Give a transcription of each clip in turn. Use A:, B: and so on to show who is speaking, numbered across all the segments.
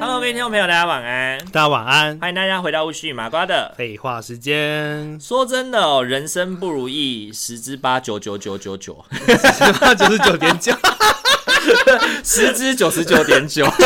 A: Hello，各位听众朋友，大家晚安，
B: 大家晚安。
A: 欢迎大家回到巫师与麻瓜的。，
B: 废话时间
A: 说真的哦，人生不如意，十之八九九九九九，
B: 九十九点九，
A: 十之九十九点九。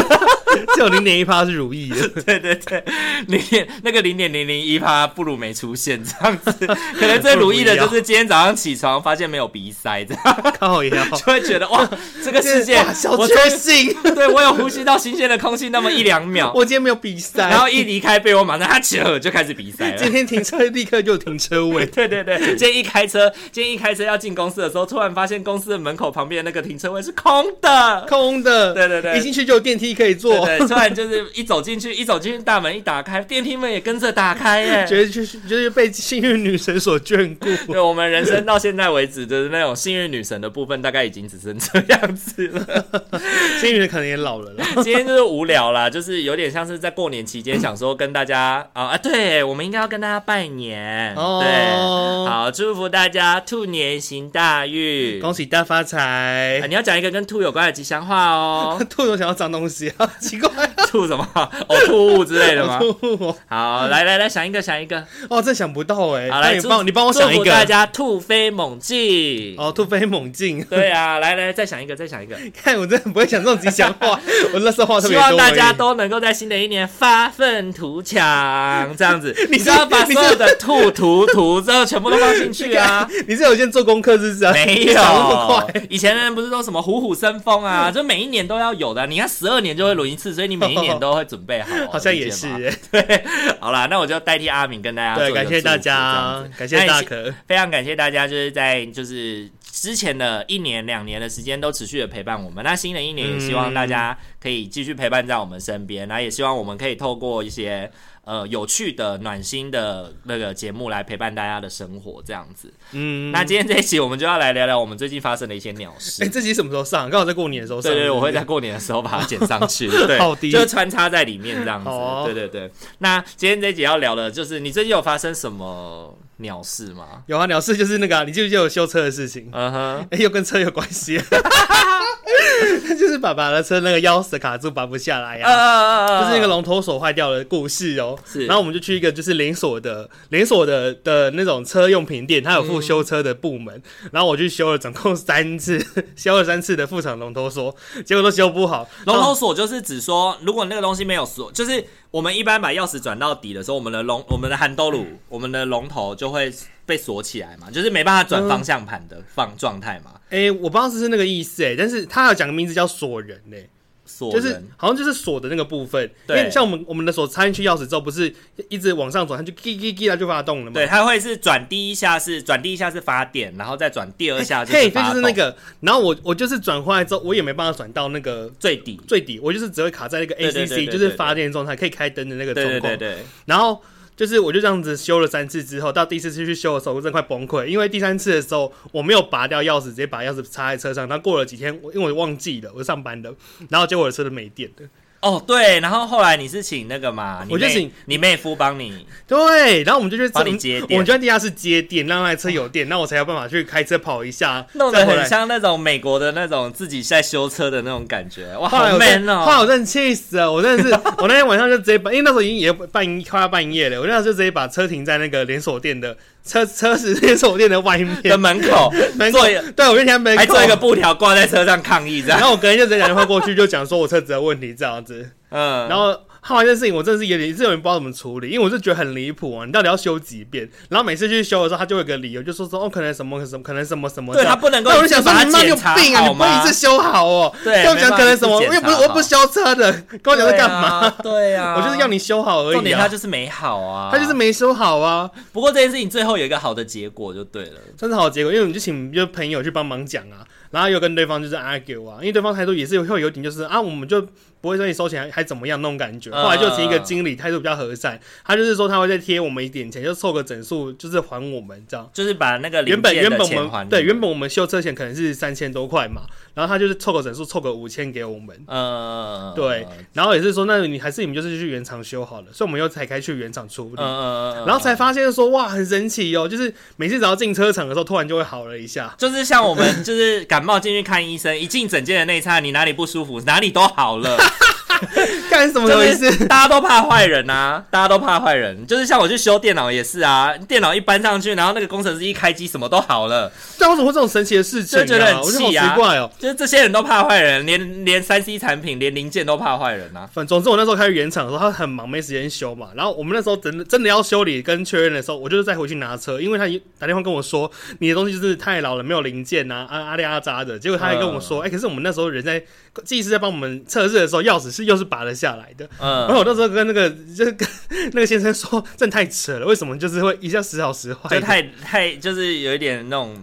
B: 九零点一趴是如意的。
A: 对对对，零点那个零点零零一趴不如没出现这样 子，可能最如意的就是今天早上起床发现没有鼻塞，这样
B: 靠腰，
A: 就会觉得哇，这个世界
B: 哇小
A: 我终
B: 确
A: 于
B: 幸，
A: 对我有呼吸到新鲜的空气那么一两秒，
B: 我今天没有比赛。
A: 然后一离开被我马上哈起了就开始鼻塞
B: 今
A: 了。，
B: 天停车立刻就有停车位
A: 对对对，今天一开车，今天一开车要进公司的时候，突然发现公司的门口旁边那个停车位是空的。
B: 空的。
A: 对对对
B: 一进去就有电梯可以坐。
A: 对对，突然就是一走进去，一走进去大门一打开，电梯门也跟着打开耶。
B: 觉得就是就是被幸运女神所眷顾。
A: 对我们人生到现在为止，就是那种幸运女神的部分，大概已经只剩这样子了。
B: 幸运可能也老了啦。
A: 今天就是无聊啦，就是有点像是在过年期间，想说跟大家啊啊，对我们应该要跟大家拜年，对，
B: 哦，
A: 好，祝福大家兔年行大运。
B: 恭喜大发
A: 啊、
B: 财。，
A: 你要讲一个跟兔有关的吉祥话哦
B: 兔总想要脏东西啊，奇怪，
A: 兔什么？ 哦，兔物之类的吗？
B: 好突兀哦
A: 好，来来来，想一个，想一个。
B: 哦，真想不到哎、
A: 好，
B: 那
A: 来，
B: 你
A: 祝
B: 帮我你帮我想一
A: 祝福大
B: 个。
A: 家兔飞猛进。
B: 哦，突飞猛进，
A: 对啊，来来，再想一个，再想一个。
B: 看我真的不会想这种吉祥话，我那时候话哦特
A: 希
B: 别多而
A: 望
B: 已。
A: 大家都能够在新的一年发愤图强，这样子，你
B: 哎 你
A: 只要把
B: 你
A: 所有的兔图图之后全部都放进去 啊。
B: 你是有先做功课是不是、啊？
A: 没
B: 想那么
A: 有
B: 快，，
A: 以前的人不是说什么虎虎生风啊，就每一年都要有的啊。你看十二年就会轮一次，所以你每一年都会准备好哦。
B: 好像
A: 理解
B: 也是、
A: 吗。
B: 欸。
A: 好啦，那我就代替阿敏跟大家做一个
B: 对，感谢
A: 祝福
B: 大
A: 这样
B: 家
A: 子，哎
B: 感谢大可。
A: 非常感谢大家，就是在就是之前的一年两年的时间都持续的陪伴我们。那新的一年也希望大家可以继续陪伴在我们身边，那也希望我们可以透过一些呃有趣的、暖心的那个节目来陪伴大家的生活，这样子。
B: 嗯，
A: 那今天这一期我们就要来聊聊我们最近发生的一些鸟事。
B: 哎、这集什么时候上？刚好在过年的时候上。
A: 对对，
B: 是不是
A: 我会在过年的时候把它剪上 去，对，
B: 好的
A: 就穿插在里面这样子。
B: 好哦
A: 对对对，那今天这一集要聊的就是你最近有发生什么鸟事吗？
B: 有啊，鸟事就是那个、啊，你记不记得有修车的事情？
A: 嗯哼。
B: 哎、又跟车有关系， 就是爸爸的车那个钥匙卡住拔不下来啊呀、
A: 呃，
B: 就是那个龙头锁坏掉的故事哦。
A: 是
B: 然后我们就去一个就是连锁的连锁的的那种车用品店，它有附修车的部门。然后我去修了，总共三次， 修了三次的副厂龙头锁，结果都修不好。
A: 龙头
B: 然后
A: 锁就是指说，如果那个东西没有锁，就是我们一般把钥匙转到底的时候，我们的龙、我们的含兜鲁、我们的龙头就会被锁起来嘛，就是没办法转方向盘的放状态嘛，
B: 哎、我不知道是不是那个意思哎、但是它有讲个名字叫锁人哎、
A: 锁
B: 就
A: 人。
B: 是好像就是锁的那个部分，因
A: 对
B: 为像我们我们的锁插进去钥匙之后，不是一直往上转，它就叽叽叽，它就发动了嘛。
A: 对，它会是转第一下是转第一下是发电，然后再转第二下就是
B: 嘿，
A: 发
B: 这
A: 动
B: 就是那个。然后我我就是转回来之后，我也没办法转到那个
A: 最底，
B: 最底，我就是只会卡在那个
A: 对对对
B: ACC，
A: 对
B: 就是发电状态，可以开灯的那个
A: 对对对
B: 状况。
A: 对，
B: 然后就是我就这样子修了三次之后，到第四次去修的时候，我真的快崩溃，因为第三次的时候我没有拔掉钥匙，直接把钥匙插在车上。然后过了几天，我因为我忘记了，我上班的，然后结果我的车都 没电了。
A: 哦对，然后后来你是请那个嘛，你
B: 我就
A: 妹
B: 请
A: 你妹夫帮你，
B: 对，然后我们就去
A: 帮你接电
B: 我们就在地下室接电，让那台车有电，那我才有办法去开车跑一下，
A: 弄
B: 再
A: 得
B: 回
A: 很
B: 来。
A: 像那种美国的那种自己在修车的那种感觉，哇，
B: 后来
A: 好
B: 我真
A: man
B: 的
A: 哦！
B: 后来我真的气死了，我真的 是，我那天晚上就直接把，因为那时候已经也半夜快要半夜了，我那时候就直接把车停在那个连锁店的车车子连锁店的 外面
A: 的门口
B: 门口
A: 做一个，
B: 对，我就停在门口，
A: 还做一个布条挂在车上抗议这
B: 然
A: 样。
B: 后我隔天就直接打电话过去，就讲说我车子的问题这样子，
A: 嗯，
B: 然后。后来这件事情我真的是有点，是有点不知道怎么处理，因为我就觉得很离谱啊！你到底要修几遍？然后每次去修的时候，他就会有个理由，就说说哦，可能什么什么，可能什么什么这
A: 对
B: 样。
A: 他不能够
B: 那我就想说，
A: 把
B: 你妈
A: 检
B: 有
A: 查
B: 病啊！你
A: 好
B: 不能
A: 吗
B: 一次？修好哦。
A: 对
B: 跟我讲
A: 没办法
B: 可能什么，
A: 一次
B: 又
A: 检
B: 不是
A: 查
B: 我不修车的，跟我讲在干嘛？
A: 对呀、
B: 我就是要。你修好而已、啊。
A: 重点他就是没好啊，
B: 他就是。没修好啊，
A: 不过这件事情最后有一个好的结果就对了。
B: 算是好结果，因为我们就请就朋友去帮忙讲啊，然后又跟对方就是 argue 啊，因为对方态度也是会有点就是啊，我们就不会说你收钱还还怎么样那种感觉。
A: 嗯
B: 后来就请一个经理态度比较和善，他就是说他会再贴我们一点钱，就凑个整数，就是还我们这样。
A: 就是把那个零
B: 原本
A: 件
B: 原
A: 的
B: 本
A: 钱
B: 我
A: 还你
B: 们对原本我们修车钱可能是三千多块嘛，然后他就是凑个整数凑个五千给我们，
A: 呃
B: 对然后也是说那你还是你们就是去原厂修好了，所以我们又才开去原厂处理。
A: 呃，
B: 然后才发现说哇，很神奇哦！就是每次只要进车场的时候，突然就会好了一下。
A: 就是像我们就是感冒进去看医生，一进诊间的那一刹，你哪里不舒服，哪里都好了，
B: 干什 么
A: 就
B: 回事？
A: 是大家都怕坏人呐、大家都怕坏人。就是像我去修电脑也是啊，电脑一搬上去，然后那个工程师一开机，什么都好了。
B: 但为什么会这种神奇的事情、啊？
A: 就觉得很
B: 我就好
A: 气啊
B: 奇怪哦。
A: 就是这些人都怕坏人，连连三 C 产品、连零件都怕坏人啊。
B: 反总之，我那时候开始原厂的时候，他很忙，没时间修嘛。然后我们那时候真的真的要修理跟确认的时候，我就是再回去拿车，因为他已打电话跟我说你的东西就是太老了，没有零件呐、啊，啊阿里阿扎的。结果他还跟我
A: 嗯
B: 说，哎、可是我们那时候人在技师在帮我们测试的时候，钥匙是又是拔了下来的。然
A: 嗯，
B: 后我那时候跟那个就是跟 那个先生说，真的太扯了，为什么就是会一下时好时坏
A: 就
B: 的？
A: 太太就是有一点那种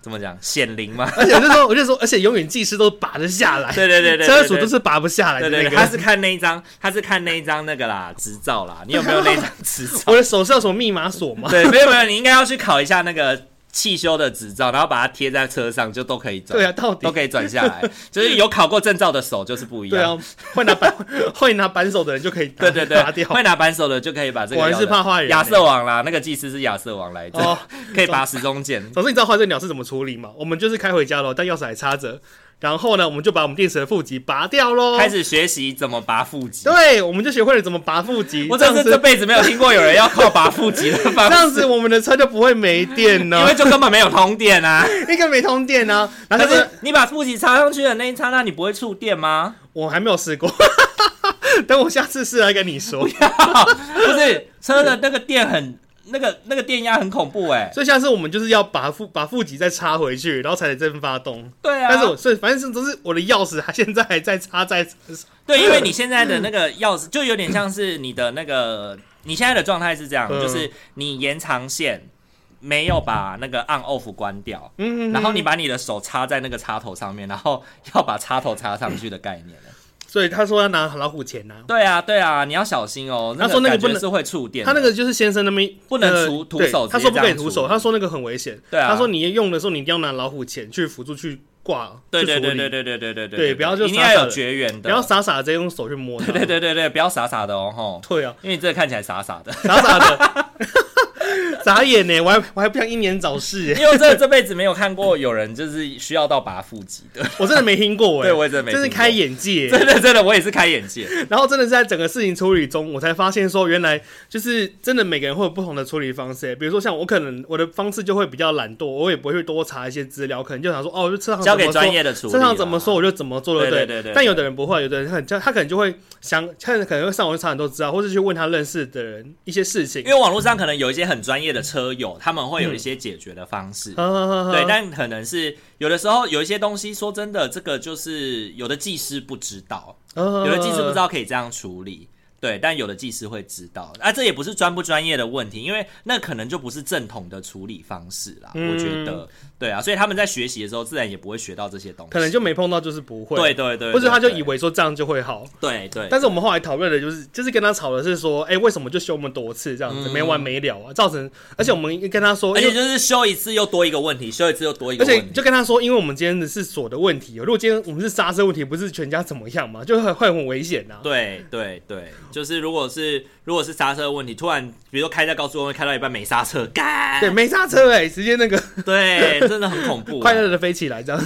A: 怎么讲显灵 嘛。
B: 而且那时候我就说，而且永远技师都拔得下来，
A: 对对对对，对
B: 车主都
A: 对
B: 是拔不下来的
A: 对
B: 那
A: 对
B: 个。
A: 对，他是看那一张，他是看那一张那个啦执照啦。你有没有那张执照？
B: 我的手是有什么密码 锁吗？
A: 对，没有没有，你应该要去考一下那个汽修的执照，然后把它贴在车上，就都可以转，
B: 对啊，到底
A: 都可以转下来。 就是有考过证照的手就是不一
B: 对
A: 样。
B: 啊，会拿扳 会拿扳手的人就可以
A: 对
B: 拿
A: 对
B: 拿
A: 对，
B: 啊掉。
A: 会拿扳手的就可以把这个。
B: 果然是怕坏人
A: 亚瑟王啦，那个技师是亚瑟王来着，
B: 哦，
A: 可以拔时钟剑。
B: 总之你知道花这鸟是怎么处理吗？我们就是开回家喽，但钥匙还插着。然后呢，我们就把我们电池的负极拔掉喽。
A: 开始学习怎么拔腹肌。
B: 对，我们就学会了怎么拔负极。
A: 我
B: 这
A: 真
B: 样
A: 是这
B: 子，
A: 辈子没有听过有人要靠拔腹肌的方 法，
B: 这样子我们的车就不会没电
A: 因
B: 呢
A: 为，就根本没有通电 啊。
B: 应该没通电呢。然后
A: 可
B: 就是是
A: 你把腹肌插上去的那一刹那，你不会触电吗？
B: 我还没有试过， 等我下次试来跟你说。
A: 不是，车的那个电很，那个那个电压很恐怖哎、
B: 所以下次我们就是要把负把负极再插回去，然后才能真发动。
A: 对啊，
B: 但是我是反正是都是我的钥匙，还现在还在插在车上。
A: 对，因为你现在的
B: 嗯
A: 那个钥匙就有点像是你的那个，你现在的状态是这样，
B: 嗯
A: 就是你延长线没有把那个 on off 关掉，
B: 嗯，
A: 然后你把你的手插在那个插头上面，然后要把插头插上去的概念。
B: 所以他说要拿老虎钳呐、
A: 对啊，对啊，你要小心哦。
B: 他说那个
A: 感觉
B: 不能
A: 是会触电的，
B: 他那个就是先生那边
A: 不能
B: 呃
A: 徒徒
B: 对
A: 手直接
B: 他说不可
A: 这
B: 以
A: 样
B: 徒
A: 处
B: 手，
A: 理
B: 他说那个很危险。
A: 对啊
B: 他说你用的时候你一定要拿老虎钳去辅助去挂，
A: 对
B: 去
A: 对
B: 处
A: 对
B: 理
A: 对对对对对对
B: 对不要就
A: 一定
B: 傻
A: 要
B: 傻
A: 有
B: 的
A: 绝缘的，
B: 不要傻傻的直接用手去摸它。
A: 对对对对对，不要傻傻的哦吼，
B: 对啊，
A: 因为你这个看起来傻傻的，
B: 傻傻的， 眨眼欸呢，我还我还不想英年早逝欸耶，
A: 因为我真的这辈子没有看过有人就是需要到拔腹肌的，
B: 我真的没听过哎，
A: 对我也真的没
B: 真是
A: 听过
B: 开眼界耶，欸
A: 真的真的我也是开眼界，
B: 然后真的是在整个事情处理中，我才发现说，原来就是真的每个人会有不同的处理方式。欸比如说像我可能我的方式就会比较懒惰，我也不会去多查一些资料，可能就想说哦，就车上
A: 交
B: 怎
A: 给
B: 么
A: 专
B: 说
A: 业的处理。啊
B: 车上怎么说？我就怎么做，对不
A: 对
B: 对？
A: 对对对
B: 但有的人不会，有的人很他可能就会想，他可能会上网去查很多资料，或是去问他认识的人一些事情
A: 因。为网络上可能有一些很专业的车友，他们会有一些解决的方式。
B: 啊嗯
A: 对
B: 对，
A: 但可能是有的时候有一些东西，说真的，这个就是有的技师不知道，有
B: 有
A: 的技师不知道可以这样处理，对，但有的技师会知道。啊，这也不是专不专业的问题，因为那可能就不是正统的处理方式啦。
B: 嗯
A: 我觉得，对啊，所以他们在学习的时候，自然也不会学到这些东西。
B: 可能就没碰到，就是不会。
A: 对对对对，
B: 或者他就
A: 对
B: 以为说这样就会好，
A: 对对，
B: 但是我们后来讨论的就是，就是跟他吵的是说，哎、为什么就修我们多次这样子，
A: 嗯
B: 没完没了啊？造成，而且我们跟他说，
A: 而
B: 因
A: 且
B: 为
A: 就是修一次又多一个问题，修一次又多一个
B: 哎而
A: 问
B: 且
A: 题。
B: 就跟他说，因为我们今天的是锁的问题哦，如果今天我们是刹车问题，不是全家怎么样嘛，就会会很危险呐、啊。
A: 对对对，就是如果是如果是刹车的问题，突然比如说开在高速公路开到一半没刹车， 干，
B: 对，没刹车哎、直接那个
A: 对，啊真的很恐怖、啊
B: 快乐的飞起来这样，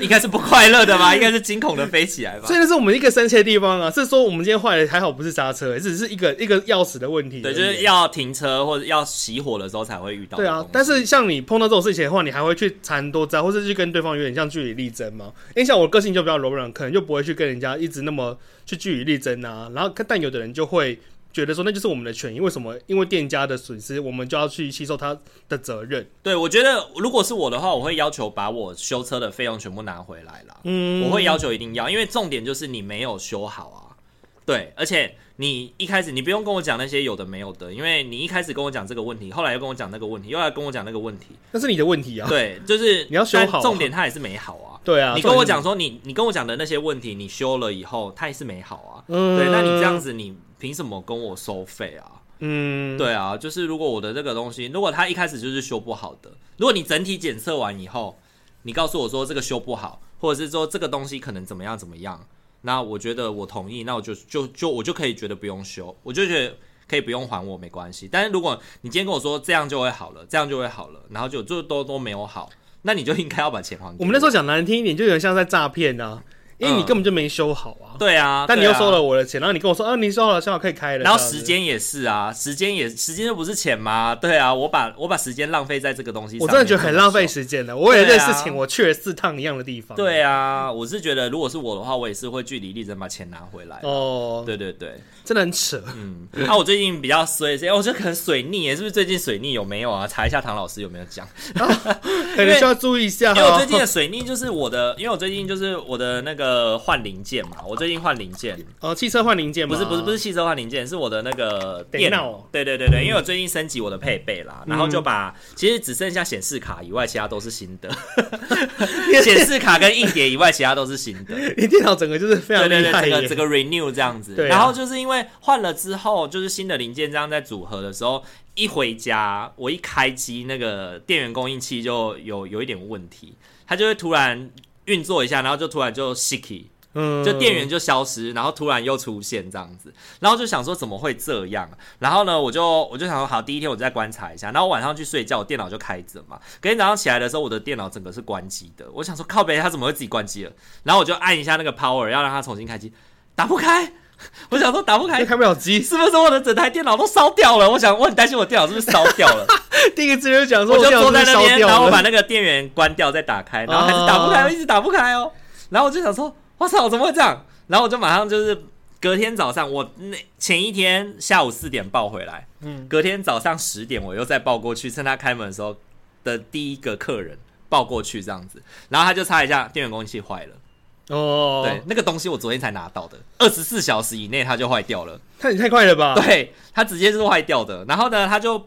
A: 应该是不快乐的吧？ 应该是惊恐的飞起来吧
B: 所？以那是我们一个生气的地方啊。是说我们今天坏了，还好不是刹车、欸，只是一个一个钥匙的问题而已。
A: 对，就是要停车或者要熄火的时候才会遇到的
B: 对
A: 东西。
B: 啊，但是像你碰到这种事情的话，你还会去缠多招，或是去跟对方有点像据理力争吗？因为像我个性就比较柔软，可能就不会去跟人家一直那么去据理力争啊。然后，但有的人就会觉得说，那就是我们的权益，为什么？因为店家的损失，我们就要去吸收他的责任。
A: 对我觉得如果是我的话，我会要求把我修车的费用全部拿回来啦。
B: 嗯
A: 我会要求一定要，因为重点就是你没有修好啊。对，而且你一开始你不用跟我讲那些有的没有的，因为你一开始跟我讲这个问题，后来又跟我讲那个问题，又来跟我讲那个问题，
B: 那是你的问题啊。
A: 对，就是
B: 你要修
A: 但
B: 好啊
A: 重点它也是没好啊。
B: 对啊，
A: 你跟我讲
B: 重
A: 说你你跟我讲的那些问题，你修了以后，它也是没好啊。
B: 点是，
A: 对，那你这样
B: 子，
A: 子，你凭什么跟我收费啊？
B: 嗯，
A: 对啊，就是如果我的这个东西，如果它一开始就是修不好的，如果你整体检测完以后，你告诉我说这个修不好，或者是说这个东西可能怎么样怎么样，那我觉得我同意，那我就就就我就可以觉得不用修，我就觉得可以不用还我没关系。但是如果你今天跟我说这样就会好了，这样就会好了，然后就就都都没有好，那你就应该要把钱还给
B: 我们那时候讲难听一点，就有点像在诈骗啊，因为你根本就没修好啊。
A: 对嗯啊，
B: 但你
A: 对
B: 又
A: 啊
B: 收了我的钱，然后你跟我说，啊，你收好了，修好可以开了。
A: 然后
B: 这样子
A: 时，间也是啊，时间也时间又不是钱嘛，对啊，我把我把时间浪费在这个东西上面，
B: 我真的觉得很浪费
A: 间。
B: 时间的。我为了这
A: 对啊
B: 事情，我去了四趟一样的地方。
A: 对啊，我是觉得如果是我的话，我也是会据理力争把钱拿回来。
B: 哦，
A: 对对对，
B: 真的很扯。
A: 嗯，那、我最近比较衰一些，我觉得可能水逆耶，是不是最近水逆有没有啊？查一下唐老师有没有 讲，
B: 可能需要注意一下
A: 因为我最
B: 哦。
A: 近的水逆就是我的，因为我最近就是我的那个换零件嘛，我最近换零件，
B: 哦，汽车换零件吗
A: 不是不是不是，汽车换零件，是我的那个
B: 电
A: 电
B: 脑。
A: 对对
B: 嗯
A: 对对，因为我最近升级我的配备啦，然后就把其实只剩下显示卡以外，其他都是新 的。显示卡跟硬碟以外，其他都是新的。
B: 你电脑整个就是非
A: 对
B: 常
A: 对
B: 厉
A: 对，
B: 害
A: 整
B: 耶。
A: 个整个 renew 这样子。
B: 对啊
A: 然后就是因为换了之后，就是新的零件这样在组合的时候，一回家我一开机，那个电源供应器就有有一点问题，它就会突然运作一下，然后就突然就 sicky。
B: 嗯
A: 就电源就消失，然后突然又出现这样子，然后就想说怎么会这样？然后呢，我就我就想说好，第一天我再观察一下，然后晚上去睡觉，我电脑就开着嘛。隔天早上起来的时候，我的电脑整个是关机的，我想说靠北，它怎么会自己关机了？然后我就按一下那个 power，要让它重新开机，打不开。 我想说打不开
B: 还，开不 了机。
A: 是不是我的整台电脑都烧掉了？我想我很担心我电脑是不是烧掉了。
B: 第一个字就讲说，
A: 我就
B: 电脑
A: 坐在
B: 是
A: 那
B: 不是烧
A: 边，
B: 掉
A: 然后我把
B: 了。
A: 那个电源关掉再打开，然后还是打不开，
B: 哦
A: 一直打不开哦。然后我就想说，我操，怎么会这样？然后我就马上就是隔天早上，我那前一天下午四点报回来，
B: 嗯
A: 隔天早上十点我又再报过去，趁他开门的时候的第一个客人报过去这样子，然后他就擦一下电源供应器坏了，
B: 哦，
A: 对，，那个东西我昨天才拿到的，二十四小时以内它就坏掉了。
B: 看你太快了吧？
A: 对，它直接就是坏掉的。然后呢，他就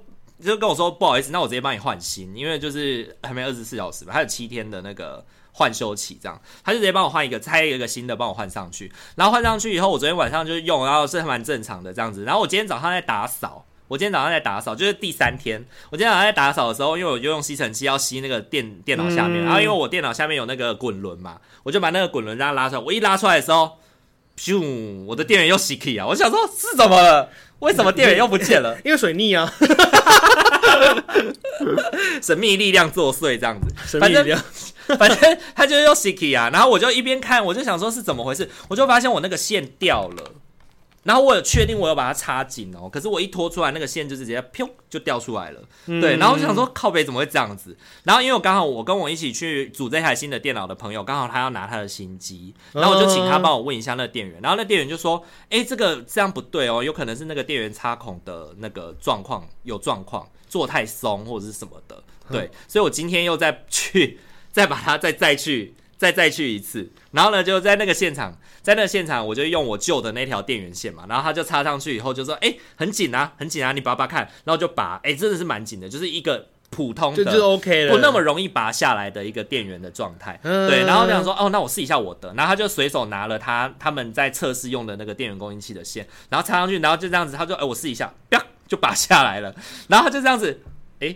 A: 就跟我说不好意思，那我直接帮你换新，因为就是还没二十四小时吧，还有七天的那个换修期，这样他就直接帮我换一个，拆一个新的帮我换上去。然后换上去以后，我昨天晚上就用，然后是蛮正常的这样子。然后我今天早上在打扫。我今天早上在打扫，就是第三天。我今天早上在打扫的时候，因为我就用吸尘器要吸那个电电脑下面，
B: 嗯
A: 然后因为我电脑下面有那个滚轮嘛，我就把那个滚轮让它拉出来。我一拉出来的时候，咻，我的电源又熄 key 啊！我想说是怎么了？为什么电源又不见了？
B: 因为水逆啊，
A: 神秘力量作祟这样子，
B: 神秘
A: 反
B: 力
A: 正
B: 量。
A: 反正它就是又熄 key 啊。然后我就一边看，我就想说是怎么回事，我就发现我那个线掉了。然后我有确定我有把它插紧哦，可是我一拖出来，那个线就直接飘就掉出来了。对，然后我就想说靠北怎么会这样子？然后因为我刚好我跟我一起去组这台新的电脑的朋友，刚好他要拿他的新机，然后我就请他帮我问一下那个店员，然后那店员就说：“哎，这个这样不对哦，有可能是那个电源插孔的那个状况有状况，做太松或者是什么的。”对，所以我今天又再去再把它再再去再再去一次，然后呢就在那个现场，在那个现场我就用我旧的那条电源线嘛，然后他就插上去以后就说：“哎、很紧啊，很紧啊，你拔拔看。”然后就拔，哎、真的是蛮紧的，就是一个普通
B: 就
A: 的
B: 就是 OK 了，
A: 不那么容易拔下来的一个电源的状态。
B: 嗯
A: 对，然后这样说，哦，那我试一下我的，然后他就随手拿了他他们在测试用的那个电源供应器的线，然后插上去，然后就这样子，他就，哎、我试一下，啪就拔下来了， 然后他就这样子，哎、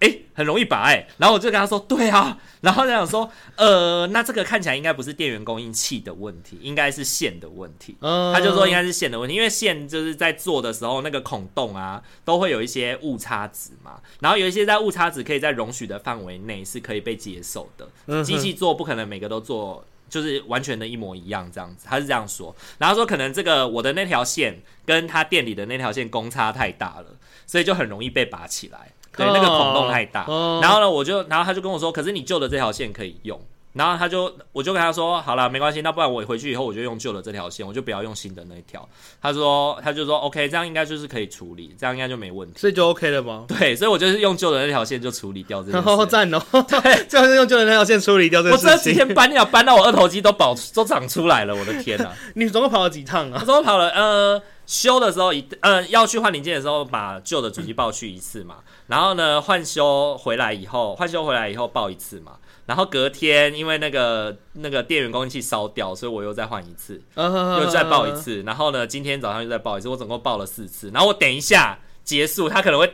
A: 哎、很容易拔哎、然后我就跟他说，对啊，然后他想说，呃，那这个看起来应该不是电源供应器的问题，应该是线的问题。
B: 嗯。
A: 他就说应该是线的问题，因为线就是在做的时候那个孔洞啊，都会有一些误差值嘛，然后有一些在误差值可以在容许的范围内是可以被接受的，
B: 嗯哼
A: 机器做不可能每个都做。就是完全的一模一样这样子，他是这样说，然后说可能这个我的那条线跟他店里的那条线公差太大了，所以就很容易被拔起来，对，那个孔洞太大。
B: 哦
A: 然后呢，我就然后他就跟我说，可是你旧的这条线可以用，然后他就，我就跟他说，好了，没关系，那不然我回去以后我就用旧的这条线，我就不要用新的那一条。他说，他就说，OK，这样应该就是可以处理，这样应该就没问题。
B: 所以就 OK 了吗？
A: 对，所以我就是用旧的那条线就处理掉这件
B: 然后
A: 事。
B: 赞哦， 就是用旧的那条线处理掉这
A: 我
B: 个
A: 这
B: 事
A: 几
B: 情。
A: 天搬料搬到我二头肌都 保都长出来了，我的天呐、
B: 你总共跑了几趟
A: 我
B: 啊？，
A: 总共跑了呃修的时候一呃要去换零件的时候把旧的主机报去一次嘛，然后呢换修回来以后换修回来以后报一次嘛，然后隔天因为那个那个电源供应器烧掉，所以我又再换一次， 又再报一。次，然后呢今天早上又再报一次，我总共报了四次，然后我等一下结束他可能会。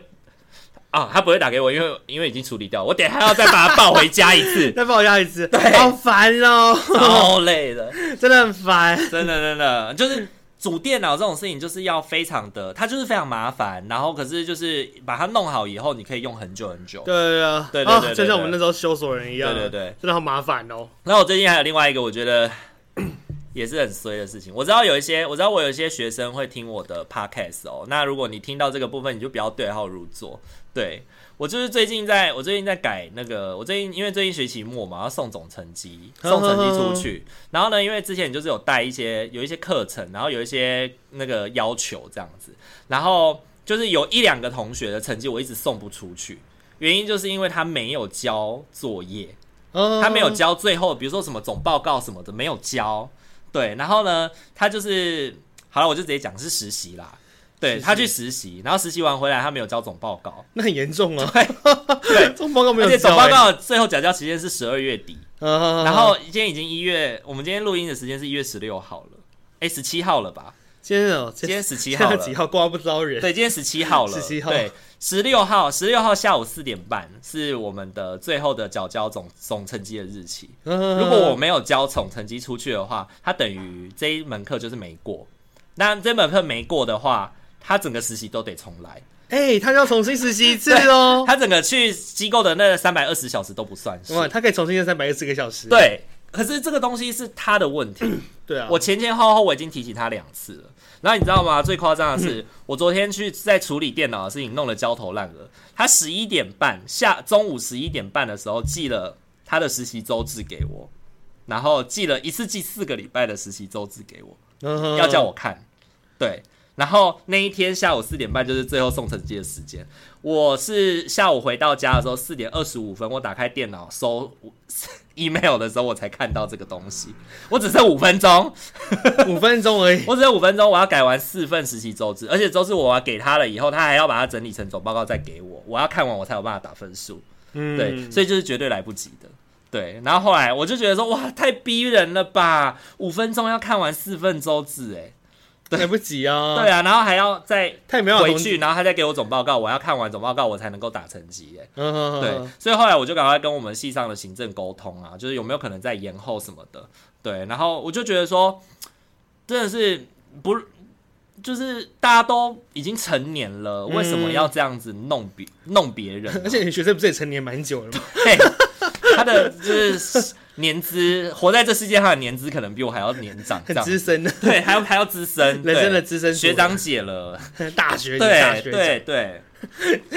A: 啊，他不会打给我，因为因为已经处理掉了，我等一下要再把它抱回家一次
B: 再帮我压一次，
A: 对
B: 好烦哦，
A: 超累的。
B: 真的很烦。
A: 真的真的，就是组电脑这种事情，就是要非常的，它就是非常麻烦。然后可是就是把它弄好以后，你可以用很久很久。
B: 对啊，
A: 对对对哦
B: 啊
A: 对对
B: 就像我们那时候修锁人一样，
A: 对对对，
B: 真的好麻烦哦。
A: 然后我最近还有另外一个，我觉得 也是很衰的事情。我知道有一些，我知道我有一些学生会听我的 podcast 哦。那如果你听到这个部分，你就不要对号入座。对我就是最近在，我最近在改那个，我最近因为最近学期末嘛，要送总成绩，送成绩出去。然后呢，因为之前就是有带一些有一些课程，然后有一些那个要求这样子，然后就是有一两个同学的成绩我一直送不出去，原因就是因为他没有交作业。
B: 嗯
A: 他没有交最后，比如说什么总报告什么的没有交，对，然后呢，他就是好了，我就直接讲是实习啦，对
B: 实习
A: 他去实习，然后实习完回来他没有交总报告，
B: 那很严重哦。
A: 对，
B: 这种报告没有
A: 而且
B: 交
A: 总报
B: 欸，
A: 告最后缴交时间是十二月底，
B: 嗯
A: 然后今天已经一月，我们今天录音的时间是一月十六号了，哎，十七号了吧？
B: 今天哦，
A: 今
B: 今
A: 天十七号
B: 现
A: 了
B: 在，几号挂不招人，
A: 对，今天十七号了，
B: 17号
A: 对，十六号，十六号下午四点半是我们的最后的缴交总总成绩的日期。
B: 嗯
A: 如果我没有交总成绩出去的话，它等于这一门课就是没过。那这门课没过的话，他整个实习都得重来，
B: 哎，他就要重新实习 一次哦。
A: 他整个去机构的那三百二十小时都不算是。
B: 哇，他可以重新三百二十个小时。
A: 对，可是这个东西是他的问题。
B: 对啊，
A: 我前前后后我已经提醒他两次了。然后你知道吗？最夸张的是，
B: 嗯
A: 我昨天去在处理电脑的事情，弄得焦头烂额。他十一点半下中午十一点半的时候寄了他的实习周志给我，然后寄了一次寄四个礼拜的实习周志给我，
B: 嗯
A: 要叫我看。对，然后那一天下午四点半就是最后送成绩的时间。我是下午回到家的时候四点二十五分，我打开电脑收 email 的时候，我才看到这个东西。我只剩五分钟，
B: 五分钟而已。
A: 我只有五分钟，我要改完四份实习周志，而且周志我要给他了以后，他还要把它整理成总报告再给我，我要看完我才有办法打分数。
B: 嗯
A: 对，所以就是绝对来不及的。对，然后后来我就觉得说，哇，太逼人了吧！五分钟要看完四份周志，哎，
B: 来不及啊。
A: 对啊，然后还要再
B: 他也没有
A: 回
B: 同
A: 去，然后他再给我总报告，我要看完总报告我才能够打成绩，哎，
B: 嗯哼
A: 对
B: 哼，
A: 所以后来我就赶快跟我们系上的行政沟通啊，就是有没有可能再延后什么的。对，然后我就觉得说，真的是不，就是大家都已经成年了，
B: 嗯
A: 为什么要这样子弄别弄别人啊、
B: 而且你学生不是也成年蛮久了吗？
A: 嘿他的就是年资，活在这世界上的年资可能比我还要年长，这
B: 很
A: 样
B: 资深的，
A: 对，还要还要资深，
B: 人生
A: 对
B: 的资深啊
A: 学长姐了，
B: 大学姐大
A: 对
B: 学
A: 对对，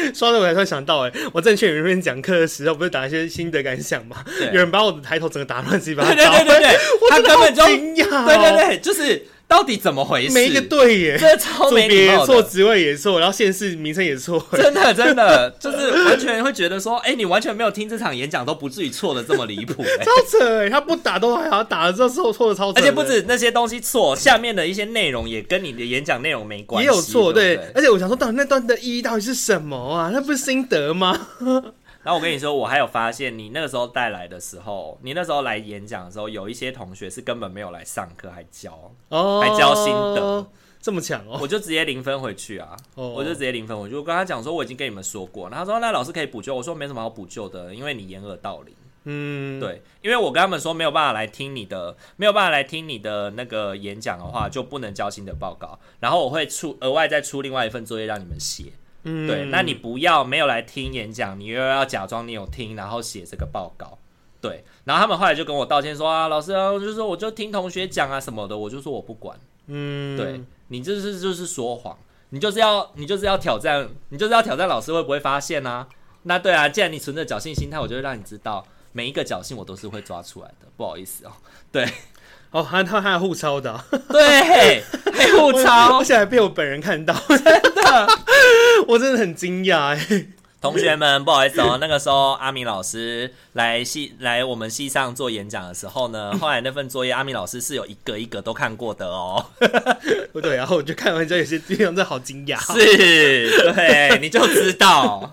B: 姐说到这我才突然想到、哎，我正去里面讲课的时候，不是打一些心得感想嘛？
A: 对
B: 有 人把我的抬头整个打乱七八糟，
A: 对对对对对，他
B: 我真的
A: 根
B: 好
A: 本就
B: 惊讶哦、
A: 对对对，就是到底怎么回事？
B: 每一个对 耶，
A: 这超
B: 组
A: 没
B: 别
A: 礼
B: 也
A: 貌
B: 错，
A: 的，
B: 职位也错，然后县市名称也错，
A: 真的真的就是完全会觉得说，哎、你完全没有听这场演讲，都不至于错的这么离谱、 哎
B: 超扯、哎，他不打都还好，打了之后错错的超扯
A: 而
B: 的，
A: 且不止那些东西错，下面的一些内容也跟你的演讲内容没关
B: 也
A: 系，
B: 有错，
A: 对不对。
B: 而且我想说，到底那段的意义到底是什么啊？那不是心得吗？
A: 然后我跟你说，我还有发现，你那个时候带来的时候，你那时候来演讲的时候，有一些同学是根本没有来上课，还教，
B: 哦，
A: 还教心得，
B: 这么强哦，
A: 我就直接零分回去啊，
B: 哦
A: 我就直接零分回去。我跟他讲说，我已经跟你们说过，然后他说那老师可以补救，我说没什么好补救的，因为你掩耳盗铃。
B: 嗯，
A: 对，因为我跟他们说没有办法来听你的，没有办法来听你的那个演讲的话，就不能交新的报告。然后我会出额外再出另外一份作业让你们写。
B: 嗯
A: 对，那你不要没有来听演讲，你又要假装你有听，然后写这个报告。对，然后他们后来就跟我道歉说啊，老师啊，就是说我就听同学讲啊什么的，我就说我不管。
B: 嗯，
A: 对你就是就是说谎，你就是要你就是要挑战，你就是要挑战老师会不会发现啊？那对啊，既然你存着侥幸心态，我就会让你知道每一个侥幸我都是会抓出来的，不好意思哦。 对
B: 哦，还他还有互抄的啊、
A: 对，被互
B: 我
A: 抄，
B: 现在被我本人看到， 真的，我真的很惊讶哎。
A: 同学们，不好意思哦，那个时候阿明老师来系来我们系上做演讲的时候呢，后来那份作业阿明老师是有一个一个都看过的哦。
B: 对，然后我就看完之后，有些地方真的好惊讶，
A: 是，对，你就知道。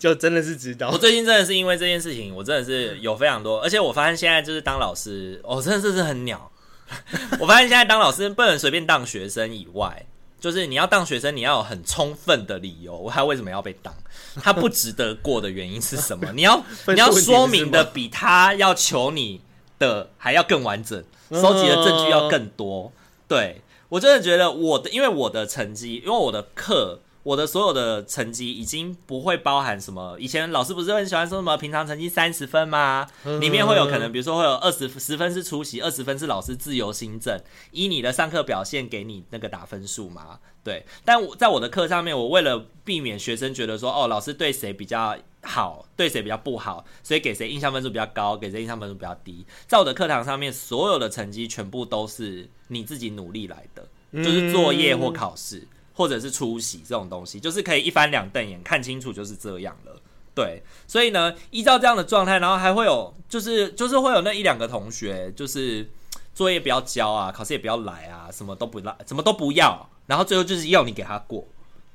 B: 就真的是知
A: 我
B: 道，
A: 最近真的是因为这件事情，我真的
B: 嗯
A: 是有非常多，而且我发现现在就是当老师，我、真的是很鸟。 我发现现在当老师不能随便当学生以外，就是你要当学生，你要有很充分的理由，他为什么要被当，他不值得过的原因是什么？你要
B: 分数
A: 你要
B: 问题
A: 说
B: 是
A: 明
B: 吗
A: 的比他要求你的还要更完整，收集的证据要更多。对我真的觉得我的，因为我的成绩，因为我的课，我的所有的成绩已经不会包含什么。以前老师不是很喜欢说什么平常成绩三十分吗？里面会有可能，比如说会有二十十分是出席，二十分是老师自由新政，依你的上课表现给你那个打分数嘛。对，但我在我的课上面，我为了避免学生觉得说，哦，老师对谁比较好，对谁比较不好，所以给谁印象分数比较高，给谁印象分数比较低，在我的课堂上面，所有的成绩全部都是你自己努力来的，就是作业或考试，或者是出席这种东西，就是可以一翻两瞪眼，看清楚就是这样了。对，所以呢，依照这样的状态，然后还会有，就是就是会有那一两个同学，就是作业不要交啊，考试也不要来啊，什么都不来，什么都不要，然后最后就是要你给他过。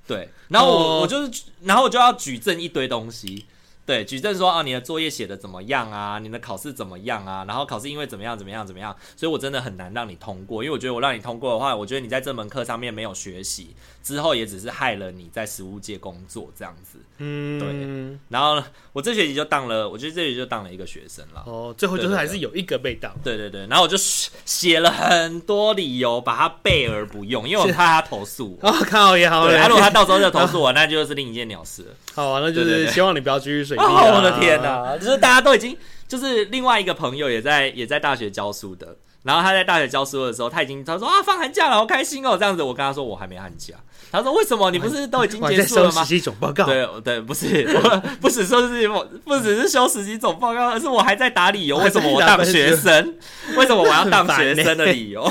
A: 对，然后我、
B: 哦
A: 我就是，然后我就要举证一堆东西，对，举证说啊，你的作业写的怎么样啊，你的考试怎么样啊，然后考试因为怎么样怎么样怎么样，所以我真的很难让你通过，因为我觉得我让你通过的话，我觉得你在这门课上面没有学习，之后也只是害了你在实务界工作这样子。
B: 嗯，
A: 然后呢，我这学期就当了，我觉得这学期就当了一个学生了。
B: 哦，最后就是还是有一个被盗，
A: 对对对，然后我就写了很多理由，把它备而不用，因为我怕他投诉我。
B: 哦，靠也好
A: 对，
B: 嘞
A: 啊，如，果他到时候再投诉我，那就是另一件鸟事了。
B: 好啊，那
A: 对
B: 就
A: 对
B: 是
A: 对
B: 希望你不要继续水 滴
A: 哦，
B: 啊
A: 我的天！哪！就是大家都已经，就是另外一个朋友也在也在大学教书的，然后他在大学教书的时候，他已经他说啊放寒假了，好开心哦，这样子。我跟他说我还没寒假，他说为什么你不是都已经
B: 我还
A: 结
B: 在
A: 束了
B: 收实
A: 吗？
B: 习总报告，
A: 对对，不是， 我不只说是我，不只是修实习总报告，而是我还在打理由，为什么我当学生， 为什么我要当学
B: 欸
A: 生的理 由。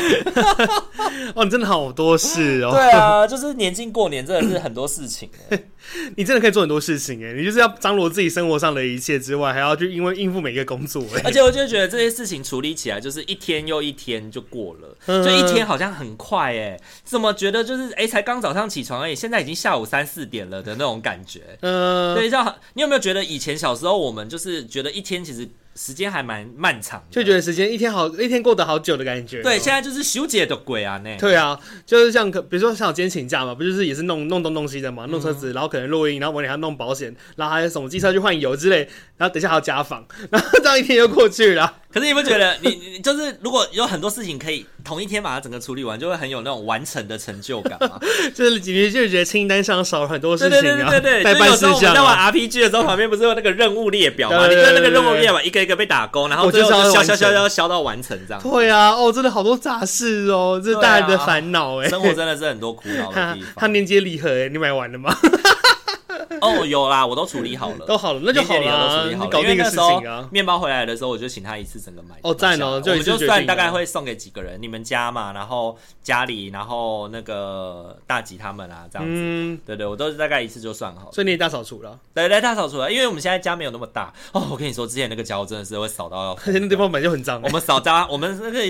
B: 哦，你真的好多事哦，
A: 对啊，就是年近过年，真的是很多事情。欸
B: 你真的可以做很多事情哎，你就是要张罗自己生活上的一切之外，还要去因为应付每一个工作哎
A: 而，且我就觉得这些事情处理起来，就是一天又一天就过了，
B: 嗯
A: 就一天好像很快哎、怎么觉得就是哎、才刚早上起床而已，现在已经下午三四点了的那种感觉。
B: 嗯，
A: 对，这样你有没有觉得以前小时候我们就是觉得一天其实时间还蛮漫长的，
B: 就觉得时间一天好一天过得好久的感觉哦，
A: 对，现在就是修姐的鬼啊那。
B: 对啊，就是像可比如说像我今天请假嘛，不就是也是弄弄东弄西的
A: 嗯
B: 嘛，弄车子，然后可能录音，然后晚点还要弄保险，然后还有什么机车去换油之类，然后等一下还要家访， 然后这样一天就过去了。
A: 可是你不觉得你你 就是如果有很多事情可以同一天把它整个处理完，就会很有那种完成的成就感嘛？
B: 就是你就觉得清单上少了很多 事
A: 对
B: 情
A: 对对
B: 啊，
A: 对 对，
B: 待
A: 就是
B: 办
A: 有时
B: 事
A: 候我们
B: 项
A: 在
B: 啊。
A: 玩 RPG 的时候，旁边不是有那个任务列表嘛？你
B: 对对
A: 对那个
B: 对对
A: 任务列表一个一个被打勾，然后
B: 我
A: 最
B: 就是
A: 后
B: 要
A: 消
B: 完
A: 消
B: 成
A: 消消消到完成这样。
B: 对啊，哦，真的好多杂事哦，这是大人的烦恼哎。
A: 生活真的是很多苦恼的
B: 他
A: 地
B: 他
A: 方。
B: 年节礼盒哎，你买完 了吗？
A: 哦，有啦，我都处理好了，
B: 都好了，那就好
A: 理解理
B: 了
A: 由都
B: 啊，
A: 处理好了。
B: 你搞
A: 因为
B: 定一个
A: 那
B: 事
A: 时候
B: 情啊。
A: 面包回来的时候，我就请他一次整个买。
B: 哦赞
A: 买
B: 哦
A: 下来
B: 就
A: 我
B: 已
A: 们
B: 经
A: 就
B: 决定
A: 算大概
B: 了
A: 会送给几个人，你们家嘛，然后家里，然后那个大吉他们啊，这样子。
B: 嗯，
A: 对对，我都是大概一次就算好了。
B: 所以你也大扫除了，
A: 对对，大扫除了，因为我们现在家没有那么大哦。我跟你说，之前那个家我真的是会扫到要
B: 而
A: 疯
B: 且那地方本来就很脏哎
A: 我。们扫家，我们那个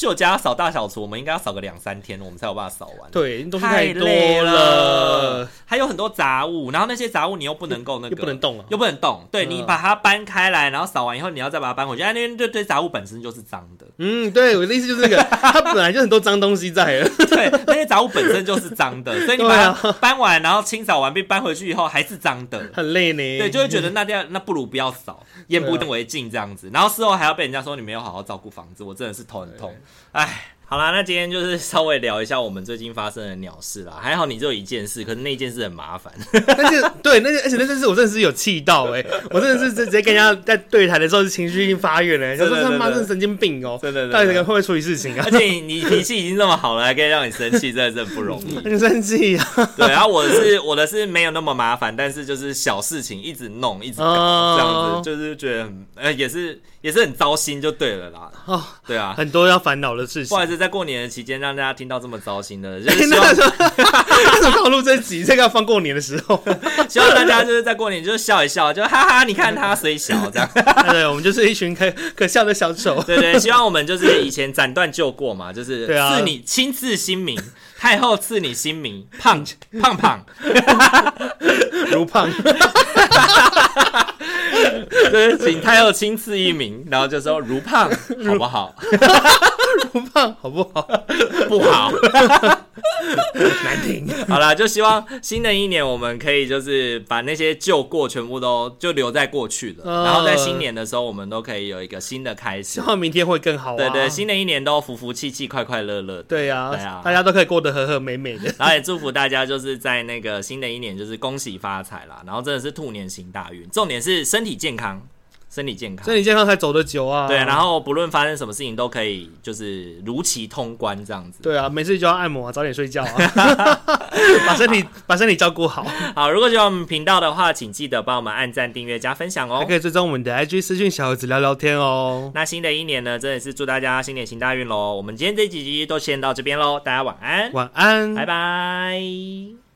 A: 旧家扫大扫除，我们应该要扫个两三天，我们才有办法扫完。，
B: 对，东西
A: 太
B: 多
A: 累
B: 了，，
A: 还有很多杂物，然后那些杂物你又不能够那个，
B: 又不能动了。
A: 又不能动。啊对、
B: 嗯
A: 你把它搬开来，然后扫完以后，你要再把它搬回去，哎，那边这堆杂物本身就是脏 的，
B: 嗯，对，我的意思就是那个， 它本来就很多脏东西在了，
A: 对，那些杂物本身就是脏的，所以你把
B: 啊
A: 它搬完，然后清扫完毕搬回去以后还是脏的。
B: 很累呢。
A: 对，就会觉得那掉那不如不要扫，
B: 啊
A: 眼不为净这样子，然后事后还要被人家说你没有好好照顾房子，我真的是头很痛，哎，好啦，那今天就是稍微聊一下我们最近发生的鸟事啦。还好你只有一件事，可是那件事很麻 烦。
B: 但是对，那而且那件事我真的是有气到哎、我真的是直接跟人家在对谈的时候是情绪已经发炎了、欸，想说
A: 真的
B: 他妈
A: 真的
B: 真的神经病哦、
A: 真的真的
B: 到底会不会处理事情啊
A: 而？且你你脾气已经这么好了，还可以让你生气，真的是不容易。
B: 很生气啊！
A: 对，然后我是我的是没有那么麻烦，但是就是小事情一直弄，一直搞、
B: 哦
A: 这样子，就是觉得很呃也是也是很糟心就对了啦。
B: 哦，
A: 对啊，
B: 很多要烦恼的事
A: 不
B: 情
A: 好。意思，在过年的期间让大家听到这么糟心 的，就是
B: 欸
A: 希
B: 那
A: 望
B: 个时候， 那时候刚好录这集，这个要放过年的时候。
A: 希望大家就是在过年就是笑一笑，就哈哈，你看他虽小 这样。
B: 对，我们就是一群可可笑的小 丑。
A: 对对，希望我们就是以前斩断就过嘛，就是
B: 对啊
A: 赐你亲赐新名，太后赐你新 名，胖胖胖，
B: 如胖，
A: 就是请太后亲赐一名，然后就说如胖好不好？
B: 如胖，好不好？
A: 不好。
B: 难听。
A: 好啦，就希望新的一年我们可以就是把那些旧过全部都就留在过去了，
B: 呃
A: 然后在新年的时候我们都可以有一个新的开始
B: 希。望明天会更好、啊。
A: 对对，新的一年都服服气气、快快乐乐的。
B: 对呀、
A: 对啊
B: 大家都可以过得和和美美的。
A: 然后也祝福大家，就是在那个新的一年，就是恭喜发财啦！然后真的是兔年行大运，重点是身体健康，身体健康。
B: 身体健康才走得久啊。
A: 对，然后不论发生什么事情都可以，就是如期通关这样子。
B: 对啊，没事就要按摩啊，早点睡觉啊， 把身体把身体照顾好，
A: 好，如果喜欢我们频道的话，请记得帮我们按赞、订阅、加分享
B: 还
A: 哦
B: 可。以追踪我们的 IG 私讯小盒子聊聊天哦。
A: 那新的一年呢，真的是祝大家新年行大运喽！我们今天这几集都先到这边喽，大家晚安，
B: 晚安，
A: 拜拜。